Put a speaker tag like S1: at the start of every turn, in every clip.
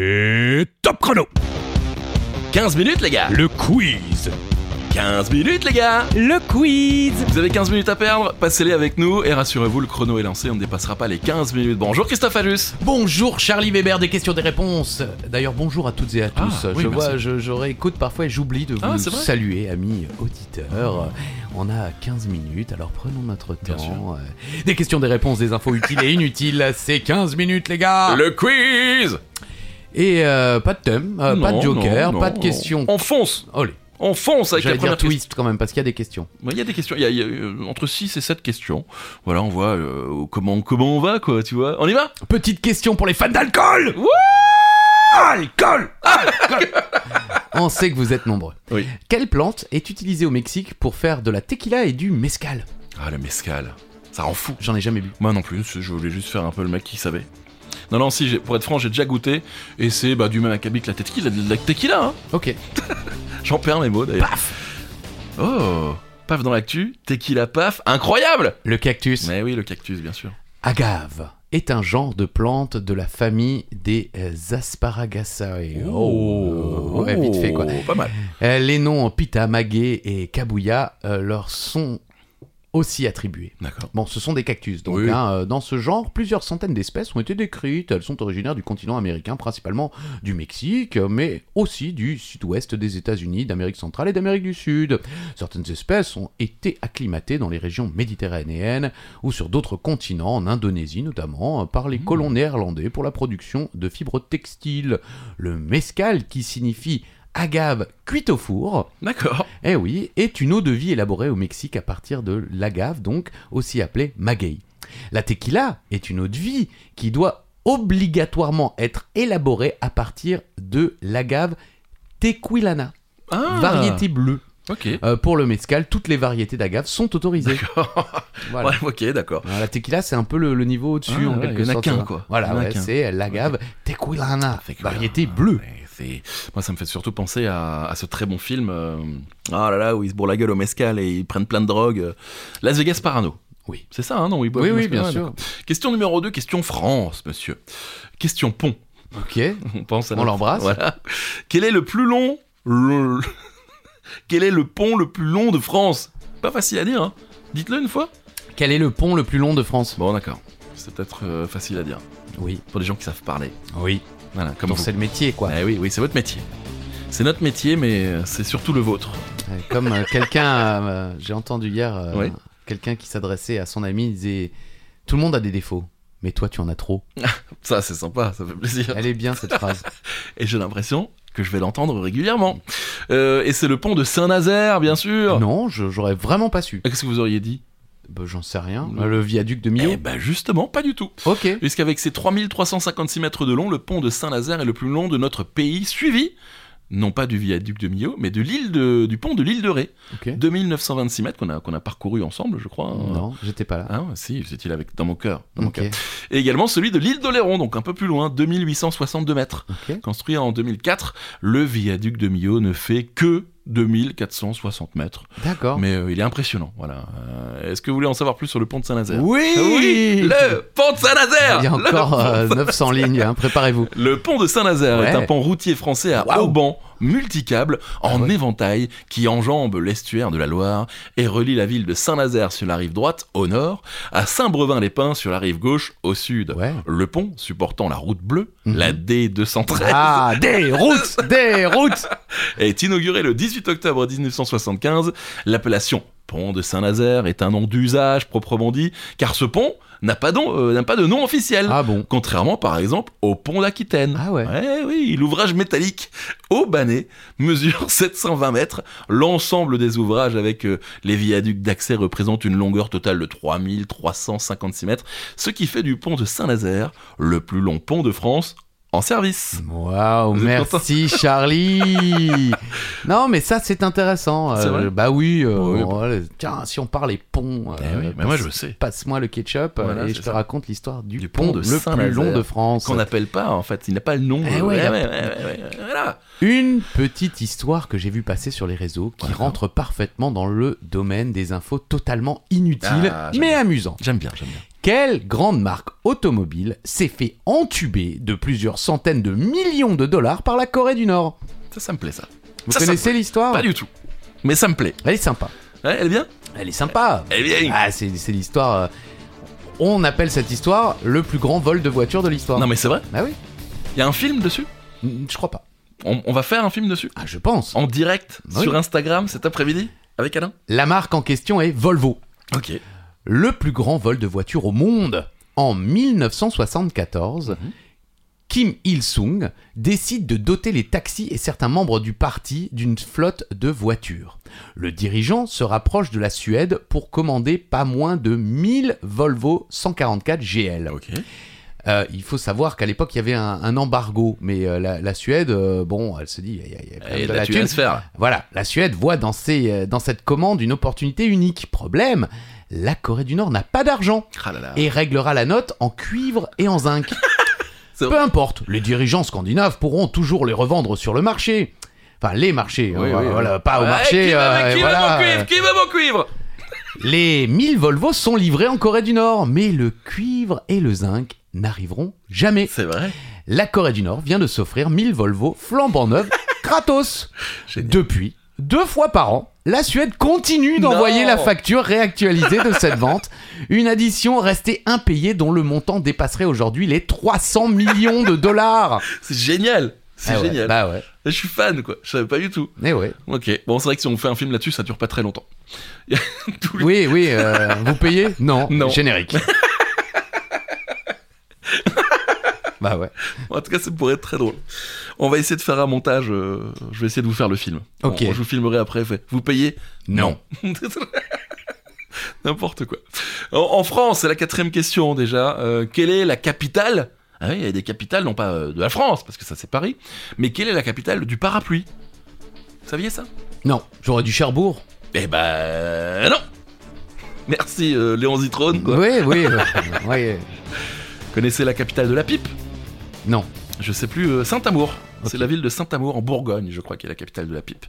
S1: Et top chrono
S2: 15 minutes, les gars
S1: Le quiz
S2: 15 minutes, les gars
S3: Le quiz
S2: Vous avez 15 minutes à perdre, passez-les avec nous et rassurez-vous, le chrono est lancé, on ne dépassera pas les 15 minutes. Bonjour Christophe Alus
S3: Bonjour Charlie Weber des questions des réponses. D'ailleurs bonjour à toutes et à tous.
S2: Ah, oui,
S3: je
S2: merci.
S3: vois, je, je réécoute parfois et j'oublie de vous
S2: Ah, c'est vrai
S3: saluer, amis auditeurs. On a 15 minutes, alors prenons notre
S2: Bien sûr.
S3: temps. Euh, Des questions, des réponses, des infos utiles et inutiles, c'est 15 minutes les gars
S2: Le quiz
S3: Et euh, pas de thème, euh, pas
S2: Non,
S3: de joker,
S2: non,
S3: pas
S2: non,
S3: de
S2: non.
S3: questions.
S2: On fonce
S3: Allez,
S2: On fonce avec la
S3: j'allais dire
S2: première question.
S3: twist quand même, parce qu'il y a des questions.
S2: Ouais, Il y a des questions, il y a, il y a, euh, entre 6 et 7 questions. Voilà, on voit euh, comment, comment on va, quoi, tu vois. On y va
S3: Petite question pour les fans d'alcool
S2: Wouh
S3: Alcool Alcool On sait que vous êtes nombreux.
S2: Oui.
S3: Quelle plante est utilisée au Mexique pour faire de la tequila et du mezcal
S2: Ah, le mescal, ça rend fou
S3: J'en ai jamais bu.
S2: Moi non plus, je voulais juste faire un peu le mec qui savait. Non, non, si, j'ai- pour être franc, j'ai déjà goûté, et c'est bah, du même acabit que la tequila, de la tequila, hein
S3: Ok.
S2: J'en perds mes mots d'ailleurs. Paf Oh Paf dans l'actu, tequila paf, incroyable
S3: Le cactus.
S2: Mais oui, le cactus, bien sûr.
S3: Agave est un genre de plante de la famille des euh, Asparagaceae.
S2: Oh.
S3: Oh. Ouais, vite fait quoi.
S2: Pas mal.
S3: Euh, Les noms pita, maguey et kabuya euh, leur sont aussi attribués.
S2: D'accord.
S3: Bon, ce sont des cactus. Donc,
S2: Oui.
S3: hein, euh, dans ce genre, plusieurs centaines d'espèces ont été décrites. Elles sont originaires du continent américain, principalement du Mexique, mais aussi du sud-ouest des États-Unis, d'Amérique centrale et d'Amérique du Sud. Certaines espèces ont été acclimatées dans les régions méditerranéennes ou sur d'autres continents, en Indonésie notamment, euh, par les colons néerlandais pour la production de fibres textiles. Le mezcal, qui signifie agave cuite au four,
S2: D'accord.
S3: eh oui, est une eau de vie élaborée au Mexique à partir de l'agave, donc aussi appelée maguey. La tequila est une eau de vie qui doit obligatoirement être élaborée à partir de l'agave tequilana,
S2: Ah,
S3: variété bleue.
S2: Ok.
S3: Euh, pour le mezcal, toutes les variétés d'agave sont autorisées. Voilà.
S2: Ouais, ok, d'accord.
S3: Voilà, la tequila, c'est un peu le, le niveau au-dessus
S2: Ah,
S3: en
S2: ouais,
S3: quelque
S2: il y en a
S3: sorte.
S2: qu'un, quoi. Il
S3: Voilà,
S2: y en a
S3: ouais,
S2: qu'un. Ah,
S3: c'est l'agave tequilana,
S2: Tequila.
S3: variété bleue.
S2: Ouais, c'est- Moi, ça me fait surtout penser à, à ce très bon film. euh, Ah là là, où ils se bourrent la gueule au mescal et ils prennent plein de drogues. euh, Las Vegas Parano.
S3: Oui.
S2: C'est ça, hein, non où ils boivent
S3: Oui,
S2: du
S3: oui,
S2: mescal, ouais,
S3: bien sûr.
S2: Question numéro 2, question France, monsieur. Question pont.
S3: Ok,
S2: On pense à
S3: on
S2: notre-
S3: l'embrasse.
S2: Voilà. Quel est le plus long le- Quel est le pont le plus long de France Pas facile à dire, hein. Dites-le une fois.
S3: Quel est le pont le plus long de France
S2: Bon, d'accord. C'est peut-être euh, facile à dire
S3: Oui,
S2: pour les gens qui savent parler.
S3: oui.
S2: Voilà, comme
S3: Dont
S2: vous.
S3: c'est le métier, quoi.
S2: Eh oui, oui, c'est votre métier. C'est notre métier, mais euh, c'est surtout le vôtre.
S3: Euh, Comme euh, quelqu'un, euh, j'ai entendu hier, euh,
S2: Oui.
S3: quelqu'un qui s'adressait à son ami, il disait Tout le monde a des défauts, mais toi tu en as trop.
S2: Ça, c'est sympa, ça fait plaisir.
S3: Elle est bien cette phrase.
S2: Et j'ai l'impression que je vais l'entendre régulièrement. Euh, et c'est le pont de Saint-Nazaire, bien sûr.
S3: non, je- j'aurais vraiment pas su.
S2: Qu'est-ce que vous auriez dit
S3: Bah, J'en sais rien.
S2: Non.
S3: Euh, Le viaduc de Millau
S2: Eh ben justement, pas du tout.
S3: Ok.
S2: Puisqu'avec ses 3356 mètres de long, le pont de Saint-Nazaire est le plus long de notre pays, suivi, non pas du viaduc de Millau, mais de l'île de- du pont de l'île de Ré.
S3: ok.
S2: 2926 mètres qu'on a, qu'on a parcouru ensemble, je crois.
S3: Non, j'étais pas là.
S2: Ah ouais, si, c'est il avec dans mon cœur. dans mon
S3: ok.
S2: cœur. Et également celui de l'île d'Oléron, donc un peu plus loin, 2862 mètres.
S3: ok.
S2: Construit en 2004, le viaduc de Millau ne fait que 2460 mètres.
S3: D'accord.
S2: Mais euh, il est impressionnant, voilà. Euh, Est-ce que vous voulez en savoir plus sur le pont de Saint-Nazaire
S3: Oui,
S2: euh, ah Oui, le pont de Saint-Nazaire
S3: Il y
S2: Le
S3: a encore
S2: pont de
S3: euh, 900 lignes, hein, préparez-vous.
S2: le pont de Saint-Nazaire
S3: Ouais.
S2: est un pont routier français à
S3: Waouh.
S2: Auban, multicable, en
S3: Ah ouais.
S2: éventail, qui enjambe l'estuaire de la Loire et relie la ville de Saint-Nazaire sur la rive droite, au nord, à Saint-Brevin-les-Pins sur la rive gauche, au sud.
S3: Ouais.
S2: Le pont supportant la route bleue,
S3: Mhm.
S2: la D213,
S3: Ah, des routes, des routes
S2: est inauguré le 18 octobre 1975. L'appellation pont de Saint-Nazaire est un nom d'usage proprement dit, car ce pont n'a pas, don- euh, n'a pas de nom officiel.
S3: Ah bon
S2: Contrairement par exemple au pont d'Aquitaine.
S3: Ah ouais.
S2: Ouais, oui, l'ouvrage métallique au Banet mesure 720 mètres. L'ensemble des ouvrages avec euh, les viaducs d'accès représente une longueur totale de 3356 mètres, ce qui fait du pont de Saint-Nazaire le plus long pont de France en service.
S3: Waouh,
S2: Vous êtes
S3: merci Charlie. non, mais ça c'est intéressant.
S2: C'est vrai
S3: bah oui. euh,
S2: Oui,
S3: on- voilà, tiens, si on parle les ponts.
S2: Eh
S3: euh,
S2: oui, mais
S3: passe-
S2: moi je sais.
S3: Passe-moi le ketchup euh,
S2: Voilà,
S3: et
S2: c'est
S3: je te
S2: ça.
S3: raconte l'histoire du,
S2: Du
S3: pont,
S2: pont de
S3: le plus
S2: Saint-Nazaire.
S3: long de France.
S2: Qu'on n'appelle pas en fait, il n'a pas le nom.
S3: Eh
S2: euh,
S3: ouais, il a-
S2: ouais, ouais, voilà.
S3: Une petite histoire que j'ai vue passer sur les réseaux qui
S2: Voilà.
S3: rentre parfaitement dans le domaine des infos totalement inutiles
S2: Ah, j'aime
S3: mais
S2: bien.
S3: amusantes.
S2: J'aime bien, j'aime bien.
S3: Quelle grande marque automobile s'est fait entuber de plusieurs centaines de millions de dollars par la Corée du Nord
S2: Ça, ça me plaît, ça.
S3: Vous
S2: Ça, ça
S3: connaissez
S2: me-
S3: l'histoire
S2: Pas du tout. Mais ça me plaît.
S3: Elle est sympa.
S2: Ouais, elle est bien
S3: Elle est sympa.
S2: Elle est bien.
S3: Ah, c'est c'est l'histoire. euh, On appelle cette histoire le plus grand vol de voiture de l'histoire.
S2: Non, mais c'est vrai.
S3: Bah oui,
S2: Il y a un film dessus
S3: Mm, je crois pas.
S2: on, on va faire un film dessus
S3: Ah, je pense.
S2: En direct
S3: Oui.
S2: sur Instagram cet après-midi Avec Alain
S3: La marque en question est Volvo.
S2: Ok.
S3: le plus grand vol de voiture au monde. En 1974, Kim Il-sung décide de doter les taxis et certains membres du parti d'une flotte de voitures. Le dirigeant se rapproche de la Suède pour commander pas moins de 1000 Volvo 144 GL.
S2: Ok.
S3: Euh, il faut savoir qu'à l'époque, il y avait un, un embargo, mais euh, la, la Suède, euh, bon, elle se dit, il y a- il y a quand même
S2: Et
S3: de
S2: là,
S3: la
S2: tu
S3: thune.
S2: viens de se faire.
S3: Voilà, la Suède voit dans, ses- euh, dans cette commande une opportunité unique. Problème, la Corée du Nord n'a pas d'argent
S2: Ah là là.
S3: et réglera la note en cuivre et en zinc.
S2: C'est vrai.
S3: Peu importe, les dirigeants scandinaves pourront toujours les revendre sur le marché. Enfin, les marchés,
S2: Oui,
S3: euh,
S2: oui,
S3: voilà, pas au
S2: Ouais,
S3: marché.
S2: qui veut,
S3: euh,
S2: qui veut
S3: voilà,
S2: mon
S3: euh,
S2: cuivre Qui veut mon cuivre
S3: les 1000 Volvo sont livrés en Corée du Nord, mais le cuivre et le zinc n'arriveront jamais.
S2: C'est vrai.
S3: La Corée du Nord vient de s'offrir 1000 Volvo flambant neuves gratos.
S2: Génial.
S3: Depuis, deux fois par an, la Suède continue d'envoyer
S2: Non.
S3: la facture réactualisée de cette vente, une addition restée impayée dont le montant dépasserait aujourd'hui les 300 millions de dollars.
S2: C'est génial. C'est
S3: Ah ouais,
S2: génial.
S3: Bah ouais.
S2: Je suis fan, quoi. Je savais pas du tout.
S3: Eh ouais.
S2: Ok. Bon, c'est vrai que si on fait un film là-dessus, ça dure pas très longtemps. Tout le-
S3: Oui, oui, euh, vous payez Non,
S2: Non.
S3: générique. bah ouais.
S2: En tout cas, ça pourrait être très drôle. On va essayer de faire un montage. euh, Je vais essayer de vous faire le film.
S3: Ok.
S2: On- je vous filmerai après. fait. Vous payez
S3: Non.
S2: N'importe quoi. En, en France, c'est la quatrième question déjà. Euh, quelle est la capitale Ah oui, il y a des capitales, non pas euh, de la France, parce que ça c'est Paris, mais quelle est la capitale du parapluie Vous saviez ça
S3: Non, j'aurais du Cherbourg.
S2: Eh ben non Merci euh, Léon Zitrone, quoi.
S3: Oui, oui. euh, ouais.
S2: Connaissez la capitale de la pipe
S3: Non.
S2: Je sais plus, euh, Saint-Amour.
S3: Ok.
S2: C'est la ville de Saint-Amour en Bourgogne, je crois, qui est la capitale de la pipe.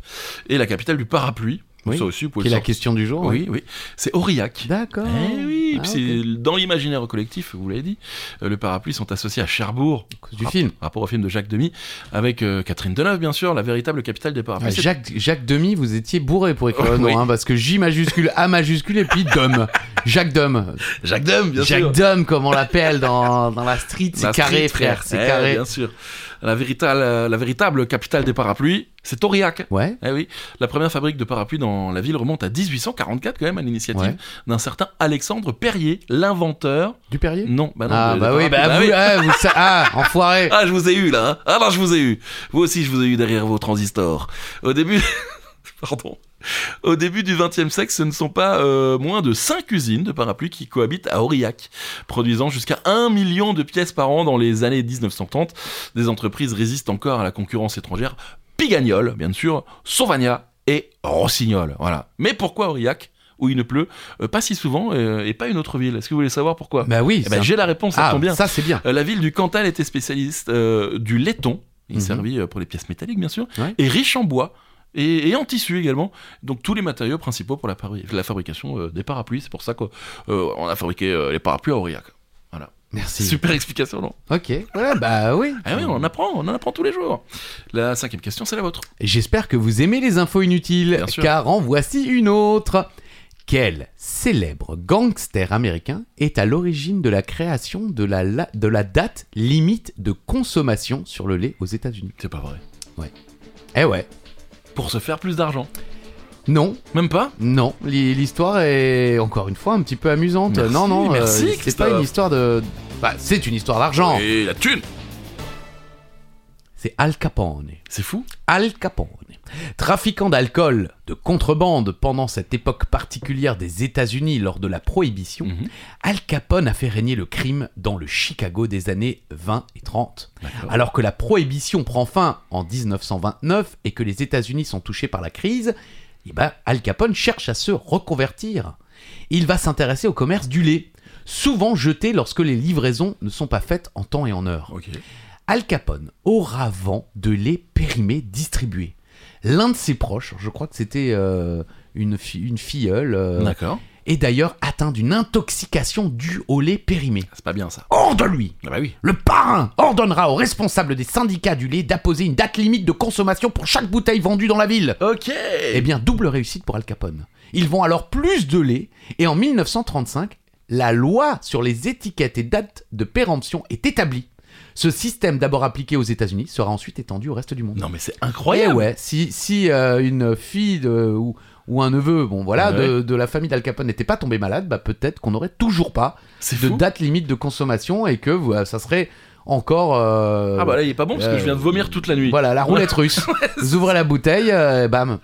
S2: Et la capitale du parapluie.
S3: Oui.
S2: Ça aussi, vous pouvez
S3: Qui est
S2: le
S3: la
S2: sortir.
S3: question du jour
S2: Oui, oui. C'est Aurillac.
S3: D'accord.
S2: Eh oui,
S3: Ah,
S2: puis c'est dans l'imaginaire collectif, vous l'avez dit, euh, le parapluie sont associés à Cherbourg,
S3: à cause du film.
S2: rapport au film de Jacques Demy, avec euh, Catherine Deneuve, bien sûr, la véritable capitale des parapluies.
S3: Ah,
S2: C'est-
S3: Jacques, Jacques Demi, vous étiez bourré pour écrire
S2: Oh,
S3: le nom,
S2: oui.
S3: hein, parce que J majuscule, A majuscule et puis Dom. Jacques Dom.
S2: Jacques Demy, bien sûr.
S3: Jacques Dom, comme on l'appelle dans, dans la street, c'est
S2: La street,
S3: carré, frère, c'est
S2: Eh,
S3: carré.
S2: Bien sûr. La véritable, la véritable capitale des parapluies, c'est Aurillac.
S3: Ouais,
S2: Eh oui, la première fabrique de parapluies dans la ville remonte à 1844 quand même à l'initiative
S3: Ouais.
S2: d'un certain Alexandre Perrier, l'inventeur.
S3: du Perrier
S2: Non, bah non.
S3: Ah,
S2: de-
S3: bah
S2: de
S3: oui,
S2: parapluie,
S3: bah, vous, ah, vous sa- ah, enfoiré.
S2: Ah, je vous ai eu là. hein. Ah non, je vous ai eu. Vous aussi, je vous ai eu derrière vos transistors. Au début, pardon. Au début du XXe siècle, ce ne sont pas euh, moins de 5 usines de parapluies qui cohabitent à Aurillac, produisant jusqu'à 1 million de pièces par an dans les années 1930. Des entreprises résistent encore à la concurrence étrangère. Pigagnol, bien sûr, Sauvagna et Rossignol. Voilà. Mais pourquoi Aurillac, où il ne pleut euh, pas si souvent euh, et pas une autre ville Est-ce que vous voulez savoir pourquoi
S3: Bah oui,
S2: Eh ben,
S3: c'est-
S2: J'ai la réponse, ça
S3: ah,
S2: tombe bien.
S3: ça c'est bien.
S2: Euh, la ville du Cantal était spécialiste euh, du laiton, il
S3: Mhm.
S2: servit euh, pour les pièces métalliques bien sûr,
S3: Ouais.
S2: et riche en bois. Et, et en tissu également, donc tous les matériaux principaux pour la, pari- la fabrication euh, des parapluies. C'est pour ça qu'on a fabriqué euh, les parapluies à Aurillac.
S3: Merci.
S2: Super explication, non
S3: Ok, ouais, bah oui.
S2: Ah oui, on en apprend, on en apprend tous les jours. La cinquième question, c'est la vôtre.
S3: J'espère que vous aimez les infos inutiles,
S2: Bien sûr.
S3: car en voici une autre. Quel célèbre gangster américain est à l'origine de la création de la, la- de la date limite de consommation sur le lait aux États-Unis
S2: C'est pas vrai.
S3: Eh ouais.
S2: Pour se faire plus d'argent.
S3: Non,
S2: Même pas
S3: non, l'hi- l'histoire est encore une fois un petit peu amusante.
S2: Merci,
S3: non, non, euh,
S2: merci,
S3: c'est pas
S2: Christophe.
S3: une histoire de. Bah, c'est une histoire d'argent.
S2: Et la thune
S3: C'est Al Capone.
S2: C'est fou
S3: Al Capone. Trafiquant d'alcool, de contrebande pendant cette époque particulière des États-Unis lors de la Prohibition,
S2: Mhm.
S3: Al Capone a fait régner le crime dans le Chicago des années 20 et 30.
S2: D'accord.
S3: Alors que la Prohibition prend fin en 1929 et que les États-Unis sont touchés par la crise, eh ben, Al Capone cherche à se reconvertir. Il va s'intéresser au commerce du lait, souvent jeté lorsque les livraisons ne sont pas faites en temps et en heure.
S2: Ah. Ok.
S3: Al Capone aura vent de lait périmé distribué. L'un de ses proches, je crois que c'était euh, une, fi- une filleule, euh,
S2: D'accord.
S3: est d'ailleurs atteint d'une intoxication due au lait périmé.
S2: C'est pas bien ça.
S3: Hors de lui
S2: Ah bah oui.
S3: Le parrain ordonnera aux responsables des syndicats du lait d'apposer une date limite de consommation pour chaque bouteille vendue dans la ville.
S2: Ok.
S3: Eh bien, double réussite pour Al Capone. Ils vend alors plus de lait, et en 1935, la loi sur les étiquettes et dates de péremption est établie. Ce système d'abord appliqué aux États-Unis sera ensuite étendu au reste du monde.
S2: Non mais c'est
S3: Eh
S2: incroyable.
S3: ouais, si, si euh, une fille de- ou, ou un neveu, bon voilà,
S2: Ouais.
S3: de, de la famille d'Al Capone n'était pas tombé malade, bah peut-être qu'on n'aurait toujours pas
S2: C'est
S3: de
S2: fou.
S3: date limite de consommation et que voilà, ça serait encore. euh,
S2: Ah bah là il est pas bon parce que
S3: Euh,
S2: je viens de vomir toute la nuit.
S3: Voilà, la roulette russe. Vous ouvrez la bouteille, euh, bam.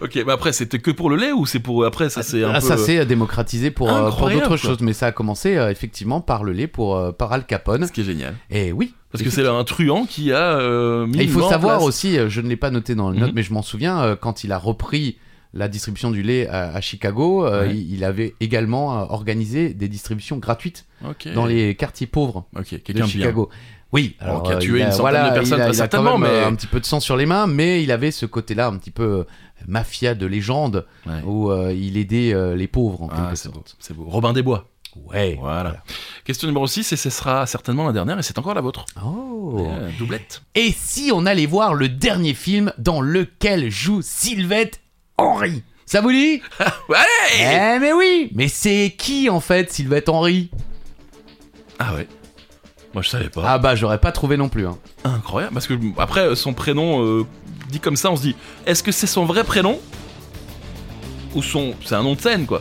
S2: Ok, bah après c'était que pour le lait ou c'est pour après ça c'est un
S3: Ah,
S2: peu. euh,
S3: ça s'est démocratisé pour, euh, pour
S2: Incroyable,
S3: d'autres
S2: quoi.
S3: choses, mais ça a commencé euh, effectivement par le lait, pour, euh, par Al Capone.
S2: Ce qui est génial.
S3: Et oui.
S2: Parce que c'est un truand qui a euh, mis.
S3: Et il
S2: une main
S3: faut
S2: en
S3: savoir
S2: place.
S3: aussi, euh, je ne l'ai pas noté dans le note,
S2: Mhm.
S3: mais je m'en souviens, euh, quand il a repris la distribution du lait à, à Chicago, euh,
S2: Ouais.
S3: il, il avait également euh, organisé des distributions gratuites
S2: Ok.
S3: dans les quartiers pauvres
S2: Ok, quelqu'un
S3: de
S2: de bien.
S3: Chicago. Oui,
S2: Bon, qui a
S3: euh,
S2: tué
S3: il
S2: une centaine
S3: voilà,
S2: de personnes,
S3: il a,
S2: très
S3: il a quand
S2: certainement,
S3: même, euh,
S2: mais-
S3: un petit peu de sang sur les mains, mais il avait ce côté-là un petit peu euh, mafia de légende
S2: Ouais.
S3: où euh, il aidait euh, les pauvres en
S2: Ah,
S3: quelque
S2: c'est beau,
S3: sorte.
S2: c'est beau. Robin des Bois.
S3: Ouais.
S2: Voilà. Question numéro 6, et ce sera certainement la dernière, et c'est encore la vôtre.
S3: Oh.
S2: Euh, doublette.
S3: Et si on allait voir le dernier film dans lequel joue Sylvette Henry Ça vous dit
S2: Allez
S3: Eh mais oui Mais c'est qui en fait Sylvette Henry
S2: Ah ouais. Moi je savais pas.
S3: Ah bah j'aurais pas trouvé non plus. hein.
S2: Incroyable. Parce que après, euh, son prénom euh, dit comme ça, on se dit est-ce que c'est son vrai prénom Ou son. C'est un nom de scène, quoi.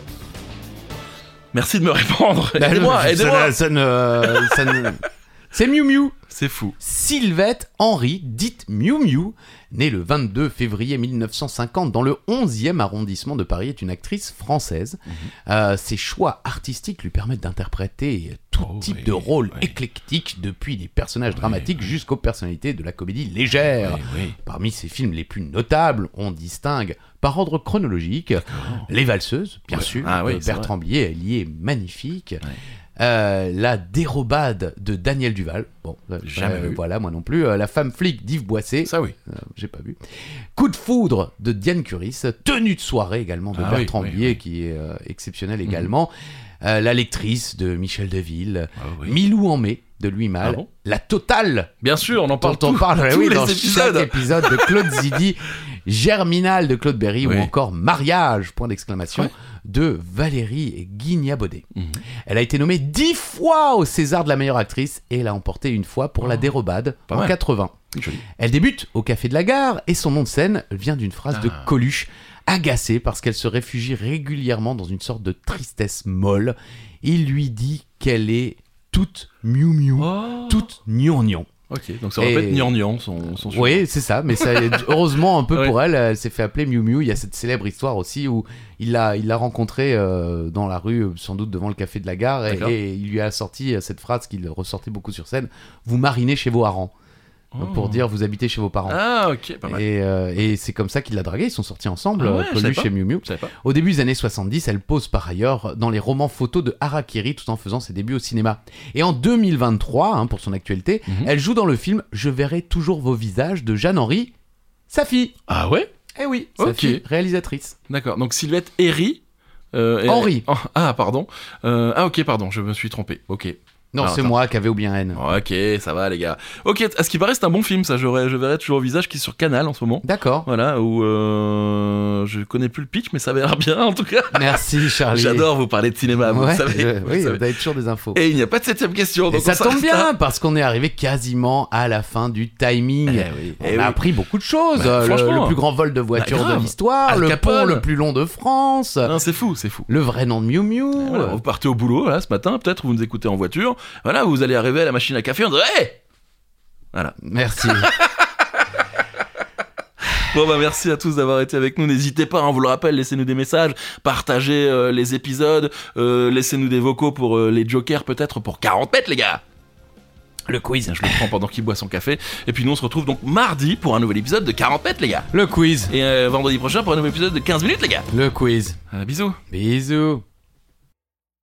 S2: Merci de me répondre.
S3: Ça-
S2: Aidez-moi, aidez-moi.
S3: ça ne- ça ne- C'est Miu Miu
S2: C'est fou.
S3: Sylvette Henry, dite Miu Miu, née le 22 février 1950 dans le 11e arrondissement de Paris, est une actrice française. Euh, ses choix artistiques lui permettent d'interpréter tout
S2: Oh,
S3: type
S2: oui,
S3: de rôle
S2: oui.
S3: éclectique, depuis des personnages dramatiques jusqu'aux personnalités de la comédie
S1: Eh
S3: légère. Parmi ses films les plus notables, on distingue, par ordre chronologique, Les Valseuses, bien
S2: Ouais.
S3: sûr,
S2: Ah oui,
S3: de
S2: c'est vrai.
S3: Bertrand Blier, elle y est magnifique.
S2: Ouais.
S3: Euh, la dérobade de Daniel Duval. Bon, euh,
S2: Jamais vu.
S3: voilà, moi non plus. Euh, la femme flic d'Yves Boisset.
S2: Ça oui.
S3: Euh, J'ai pas vu. Coup de foudre de Diane Curis. Tenue de soirée également de
S2: Ah oui,
S3: Bertrand
S2: oui,
S3: Blier,
S2: oui. Mhm.
S3: qui est euh, exceptionnel également. Euh, la lectrice de Michel Deville.
S2: Ah oui.
S3: Milou en mai de Louis Malle.
S2: Ah bon
S3: la totale
S2: Bien sûr, on en parle
S3: dont on
S2: tout-
S3: parle
S2: tous
S3: oui,
S2: les
S3: dans
S2: épisodes.
S3: chaque épisode de Claude Zidi, Germinal de Claude Berry
S2: Oui.
S3: ou encore Mariage, point d'exclamation,
S2: Ouais.
S3: de Valérie Guignabaudet.
S2: Mhm.
S3: Elle a été nommée dix fois au César de la meilleure actrice et elle a emporté une fois pour La Dérobade
S2: Oh. Pas
S3: en
S2: mal.
S3: 80.
S2: Joli.
S3: Elle débute au Café de la Gare et son nom de scène vient d'une phrase de
S2: Ah.
S3: Coluche, agacée parce qu'elle se réfugie régulièrement dans une sorte de tristesse molle. Il lui dit qu'elle est toute miou miou,
S2: Oh.
S3: toute gnangnan.
S2: Ok, donc ça va
S3: Et-
S2: pas être gnangnan son, son surnom.
S3: Oui, c'est ça, mais ça, heureusement un peu
S2: Ouais.
S3: pour elle, elle s'est fait appeler Miu Miu. Il y a cette célèbre histoire aussi où il l'a il l'a rencontrée euh, dans la rue, euh, sans doute devant le café de la gare, et,
S2: D'accord.
S3: et il lui a sorti euh, cette phrase qu'il ressortait beaucoup sur scène Vous marinez chez vos harengs,
S2: Oh.
S3: pour dire vous habitez chez vos parents.
S2: Ah, ok, pas mal.
S3: Et, euh, et c'est comme ça qu'il l'a draguée. Ils sont sortis ensemble,
S2: Ah ouais,
S3: euh,
S2: je savais
S3: Coluche
S2: pas.
S3: et Miu Miu.
S2: Je savais pas.
S3: Au début des années 70, elle pose par ailleurs dans les romans photos de Harakiri tout en faisant ses débuts au cinéma. Et en 2023, hein, pour son actualité,
S2: Mhm.
S3: elle joue dans le film Je verrai toujours vos visages de Jeanne-Henri, sa fille.
S2: Ah ouais
S3: Eh oui, sa
S2: Ok.
S3: fille, réalisatrice.
S2: D'accord, donc Sylvette Herry. euh,
S3: Henry.
S2: Oh, ah, pardon. Euh, ah, ok, pardon, je me suis trompé. Ok.
S3: Non,
S2: Ah,
S3: c'est
S2: attends.
S3: moi qui avais oublié un N.
S2: Ok, ça va, les gars. Ok, à ce qui paraît, c'est un bon film, ça. J'aurais, je verrai toujours au visage qui est sur Canal en ce moment.
S3: D'accord.
S2: Voilà, où euh, je connais plus le pitch, mais ça verra bien en tout cas.
S3: Merci Charlie.
S2: J'adore vous parler de cinéma, vous
S3: Ouais,
S2: le savez.
S3: je-
S2: vous le
S3: oui,
S2: savez.
S3: vous avez toujours des infos.
S2: Et il n'y a pas de septième question.
S3: Et
S2: donc
S3: ça
S2: on s'arrête
S3: tombe
S2: là.
S3: bien parce qu'on est arrivé quasiment à la fin du timing.
S2: Eh oui,
S3: On
S2: eh
S3: a
S2: oui.
S3: appris beaucoup de
S2: Bah,
S3: choses. Euh, le- le,
S2: franchement. Bah,
S3: plus grand vol de voiture de
S2: grave.
S3: l'histoire,
S2: Al
S3: le pont
S2: Capone.
S3: le plus long de France.
S2: Non, c'est fou, c'est fou.
S3: Le vrai nom de Miu Miu.
S2: Eh, Voilà, vous partez au boulot là ce matin, peut-être vous nous écoutez en voiture. Voilà, vous allez arriver à la machine à café, on dirait Hey
S3: Merci.
S2: Bon bah merci à tous d'avoir été avec nous. N'hésitez pas, hein, on vous le rappelle, laissez-nous des messages, partagez euh, les épisodes, euh, laissez-nous des vocaux pour euh, les jokers peut-être pour 40 mètres les gars. Le quiz, hein, je le prends pendant qu'il boit son café. Et puis nous on se retrouve donc mardi pour un nouvel épisode de 40 mètres les gars.
S3: Le quiz.
S2: Et euh, vendredi prochain pour un nouvel épisode de 15 minutes les gars.
S3: Le quiz.
S2: Euh, bisous.
S3: Bisous.